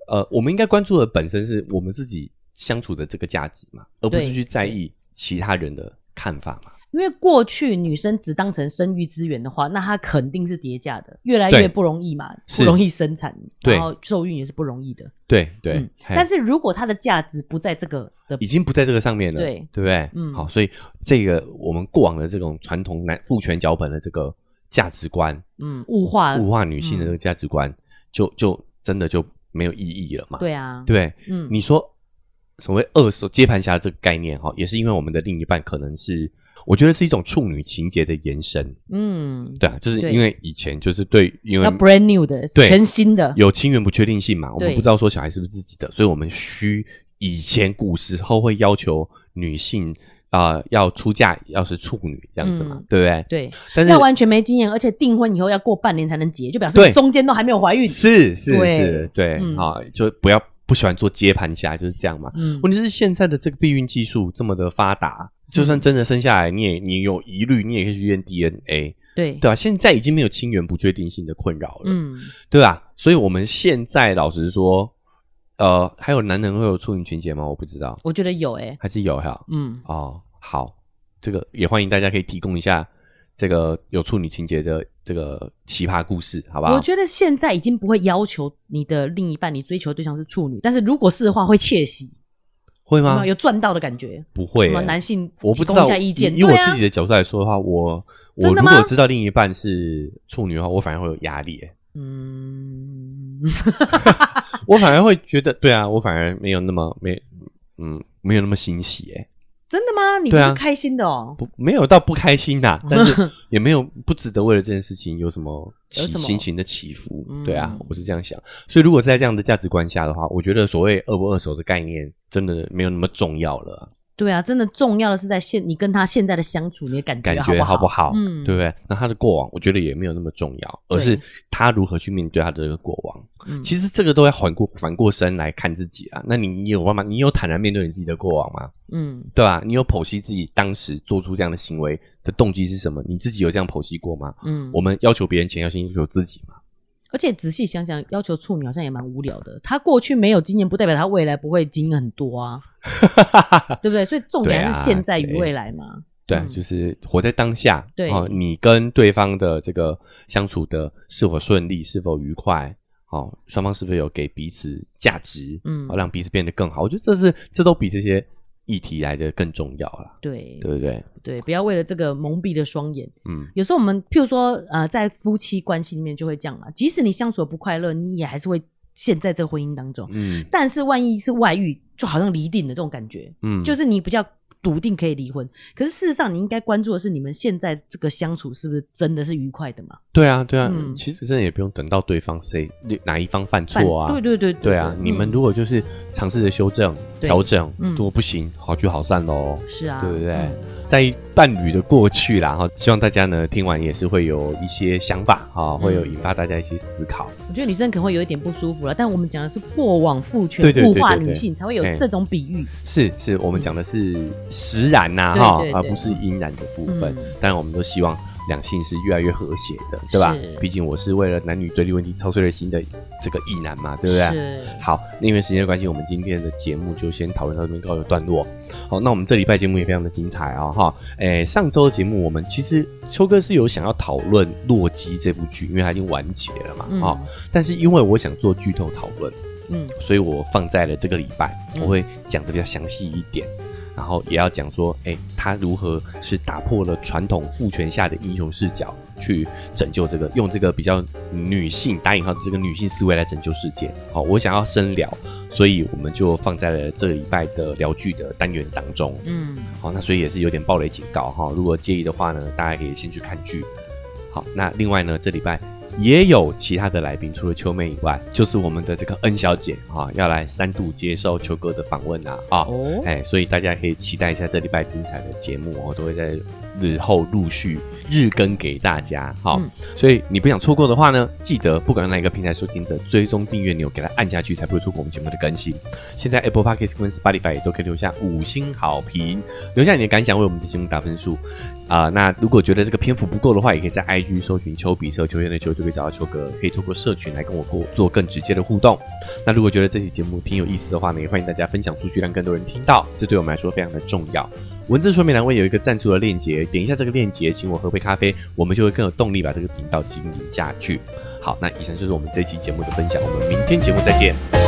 A: 呃，我们应该关注的本身是我们自己相处的这个价值嘛，而不是
B: 对
A: 去在意其他人的看法嘛。
B: 因为过去女生只当成生育资源的话，那她肯定是叠价的，越来
A: 对
B: 越不容易嘛，
A: 是
B: 不容易生产，
A: 对
B: 然后受孕也是不容易的。
A: 对对，
B: 嗯，
A: 嘿
B: 但是如果它的价值不在这个的
A: 已经不在这个上面了，
B: 对
A: 对不对？
B: 嗯
A: 好，所以这个我们过往的这种传统男父权脚本的这个价值观，
B: 嗯物化，
A: 物化女性的这个价值观，就就真的就没有意义了嘛？
B: 对啊，
A: 对不对，
B: 嗯，
A: 你说所谓二手接盘侠这个概念哈，也是因为我们的另一半可能是，我觉得是一种处女情节的延伸，
B: 嗯
A: 对啊，就是
B: 对
A: 因为以前就是对，因
B: 要
A: 为
B: brand new 的，
A: 对
B: 全新的，
A: 有亲缘不确定性嘛，我们
B: 对
A: 不知道说小孩是不是自己的，所以我们需以前古时候会要求女性啊、呃要出嫁，要是处女这样子嘛，
B: 嗯
A: 对不对？
B: 对，
A: 但是
B: 要完全没经验，而且订婚以后要过半年才能结，就表
A: 对
B: 示中间都还没有怀孕。
A: 是是
B: 对
A: 是，对，
B: 嗯
A: 好、就不要不喜欢做接盘侠，就是这样嘛。
B: 嗯，
A: 问题是现在的这个避孕技术这么的发达，就
B: 嗯
A: 算真的生下来，你也你有疑虑，你也可以去验 DNA，
B: 对，
A: 对吧、啊现在已经没有亲缘不确定性的困扰了，
B: 嗯，
A: 对吧、所以我们现在老实说，呃，还有男人会有处女情节吗？我不知道，
B: 我觉得有诶、
A: 还是有哈？
B: 嗯，
A: 哦，好，这个也欢迎大家可以提供一下这个有处女情节的这个奇葩故事，好不好
B: 我？觉得现在已经不会要求你的另一半，你追求对象是处女，但是如果是的话，会窃喜，
A: 会
B: 有
A: 吗
B: 没有？有赚到的感觉？
A: 不会、
B: 什么
A: 啊欸
B: 男性
A: 我不知
B: 提供
A: 道
B: 一下意见，
A: 以以我
B: 对啊
A: 自己的角度来说的话，我我
B: 真的
A: 如
B: 吗
A: 果知道另一半是处女的话，我反而会有压力、欸，
B: 嗯，
A: 我反而会觉得，对啊，我反而没有那么没，嗯，没有那么欣喜、欸，
B: 真的吗？你不
A: 对啊
B: 是开心的哦，
A: 不没有到不开心 呐、但是也没有不值得为了这件事情有什么起
B: 有什么
A: 心情的起伏，
B: 嗯
A: 对啊，我是这样想。所以如果是在这样的价值观下的话，我觉得所谓二不二手的概念真的没有那么重要了啊、
B: 对啊，真的重要的是在现你跟他现在的相处，你的感
A: 感
B: 觉
A: 觉
B: 好
A: 好
B: 不
A: 不
B: 好？
A: 好，
B: 嗯
A: 对不对？那他的过往，我觉得也没有那么重要，而
B: 对
A: 是他如何去面对他的这个过往。
B: 嗯
A: 其实这个都要反过反过身来看自己啊。那你你有办法？你有坦然面对你自己的过往吗？
B: 嗯，
A: 对吧、你有剖析自己当时做出这样的行为的动机是什么？你自己有这样剖析过吗？
B: 嗯，
A: 我们要求别人前，要先要求自己嘛。
B: 而且仔细想想，要求处女好像也蛮无聊的。他过去没有经验，不代表他未来不会经验很 多啊，对不对？所以重点
A: 对啊
B: 还是现在与
A: 对
B: 未来嘛。
A: 对啊、
B: 嗯
A: 就是活在当下。
B: 对
A: 哦，你跟对方的这个相处的是否顺利，是否愉快，哦，双方是不是有给彼此价值，
B: 嗯
A: 哦，让彼此变得更好？我觉得这是这都比这些议题来的更重要啦，
B: 对
A: 对不对？
B: 对，不要为了这个蒙蔽了双眼。
A: 嗯，
B: 有时候我们，譬如说，呃，在夫妻关系里面就会这样嘛。即使你相处的不快乐，你也还是会陷在这个婚姻当中。
A: 嗯
B: 但是万一是外遇，就好像离定的这种感觉，
A: 嗯，
B: 就是你比较笃定可以离婚。可是事实上，你应该关注的是你们现在这个相处是不是真的是愉快的嘛？
A: 对啊，对啊，
B: 嗯
A: 其实真的也不用等到对方谁哪一方犯
B: 反
A: 错啊，
B: 对对对对
A: 对啊，你们
B: 嗯
A: 如果就是尝试着修正、
B: 对
A: 调整，
B: 嗯
A: 如果不行，好聚好散喽。
B: 是啊，
A: 对不对
B: 嗯？
A: 在伴侣的过去啦，哈，希望大家呢听完也是会有一些想法哈，
B: 嗯
A: 会有引发大家一些思考。
B: 我觉得女生可能会有一点不舒服了，但我们讲的是过往父权
A: 对对对
B: 物化
A: 对对
B: 女性才会有
A: 哎
B: 这种比喻，
A: 是是，我们讲的是实然呐、
B: 对
A: 哈、
B: 嗯对对
A: 而不是阴然的部分
B: 嗯。
A: 当然，我们都希望两性是越来越和谐的，对吧
B: 是？
A: 毕竟我是为了男女对立问题操碎了心的这个意男嘛，对不对？
B: 是，
A: 好，那因为时间的关系，我们今天的节目就先讨论到这边告一个段落。好，那我们这礼拜节目也非常的精彩哦，哈。诶，上周的节目我们其实秋哥是有想要讨论《洛基》这部剧，因为它已经完结了嘛，
B: 嗯
A: 哦。但是因为我想做剧透讨论，
B: 嗯，
A: 所以我放在了这个礼拜，
B: 嗯
A: 我会讲的比较详细一点，然后也要讲说，哎、他如何是打破了传统父权下的英雄视角，去拯救这个，用这个比较女性打引号的这个女性思维来拯救世界。好，我想要深聊，所以我们就放在了这礼拜的聊剧的单元当中。
B: 嗯，
A: 好，那所以也是有点暴雷警告哈、如果介意的话呢，大家可以先去看剧。好，那另外呢，这礼拜也有其他的来宾，除了秋妹以外，就是我们的这个恩小姐哈、要来三度接受秋哥的访问啊啊！
B: 哦，
A: 哎，所以大家可以期待一下这礼拜精彩的节目，哦我都会在日后陆续日更给大家。好、
B: 嗯
A: 所以你不想错过的话呢，记得不管哪一个平台收听的，追踪订阅钮给它按下去，才不会错过我们节目的更新。现在 Apple Podcast 跟 Spotify 也都可以留下五星好评，留下你的感想，为我们的节目打分数啊、那如果觉得这个篇幅不够的话，也可以在 IG 搜寻丘比特球员的球，就可以找到秋哥，可以透过社群来跟我做做更直接的互动。那如果觉得这期节目挺有意思的话呢，也欢迎大家分享出去，让更多人听到，这对我们来说非常的重要。文字说明栏位有一个赞助的链接，点一下这个链接，请我喝杯咖啡，我们就会更有动力把这个频道经营下去。好，那以上就是我们这期节目的分享，我们明天节目再见，拜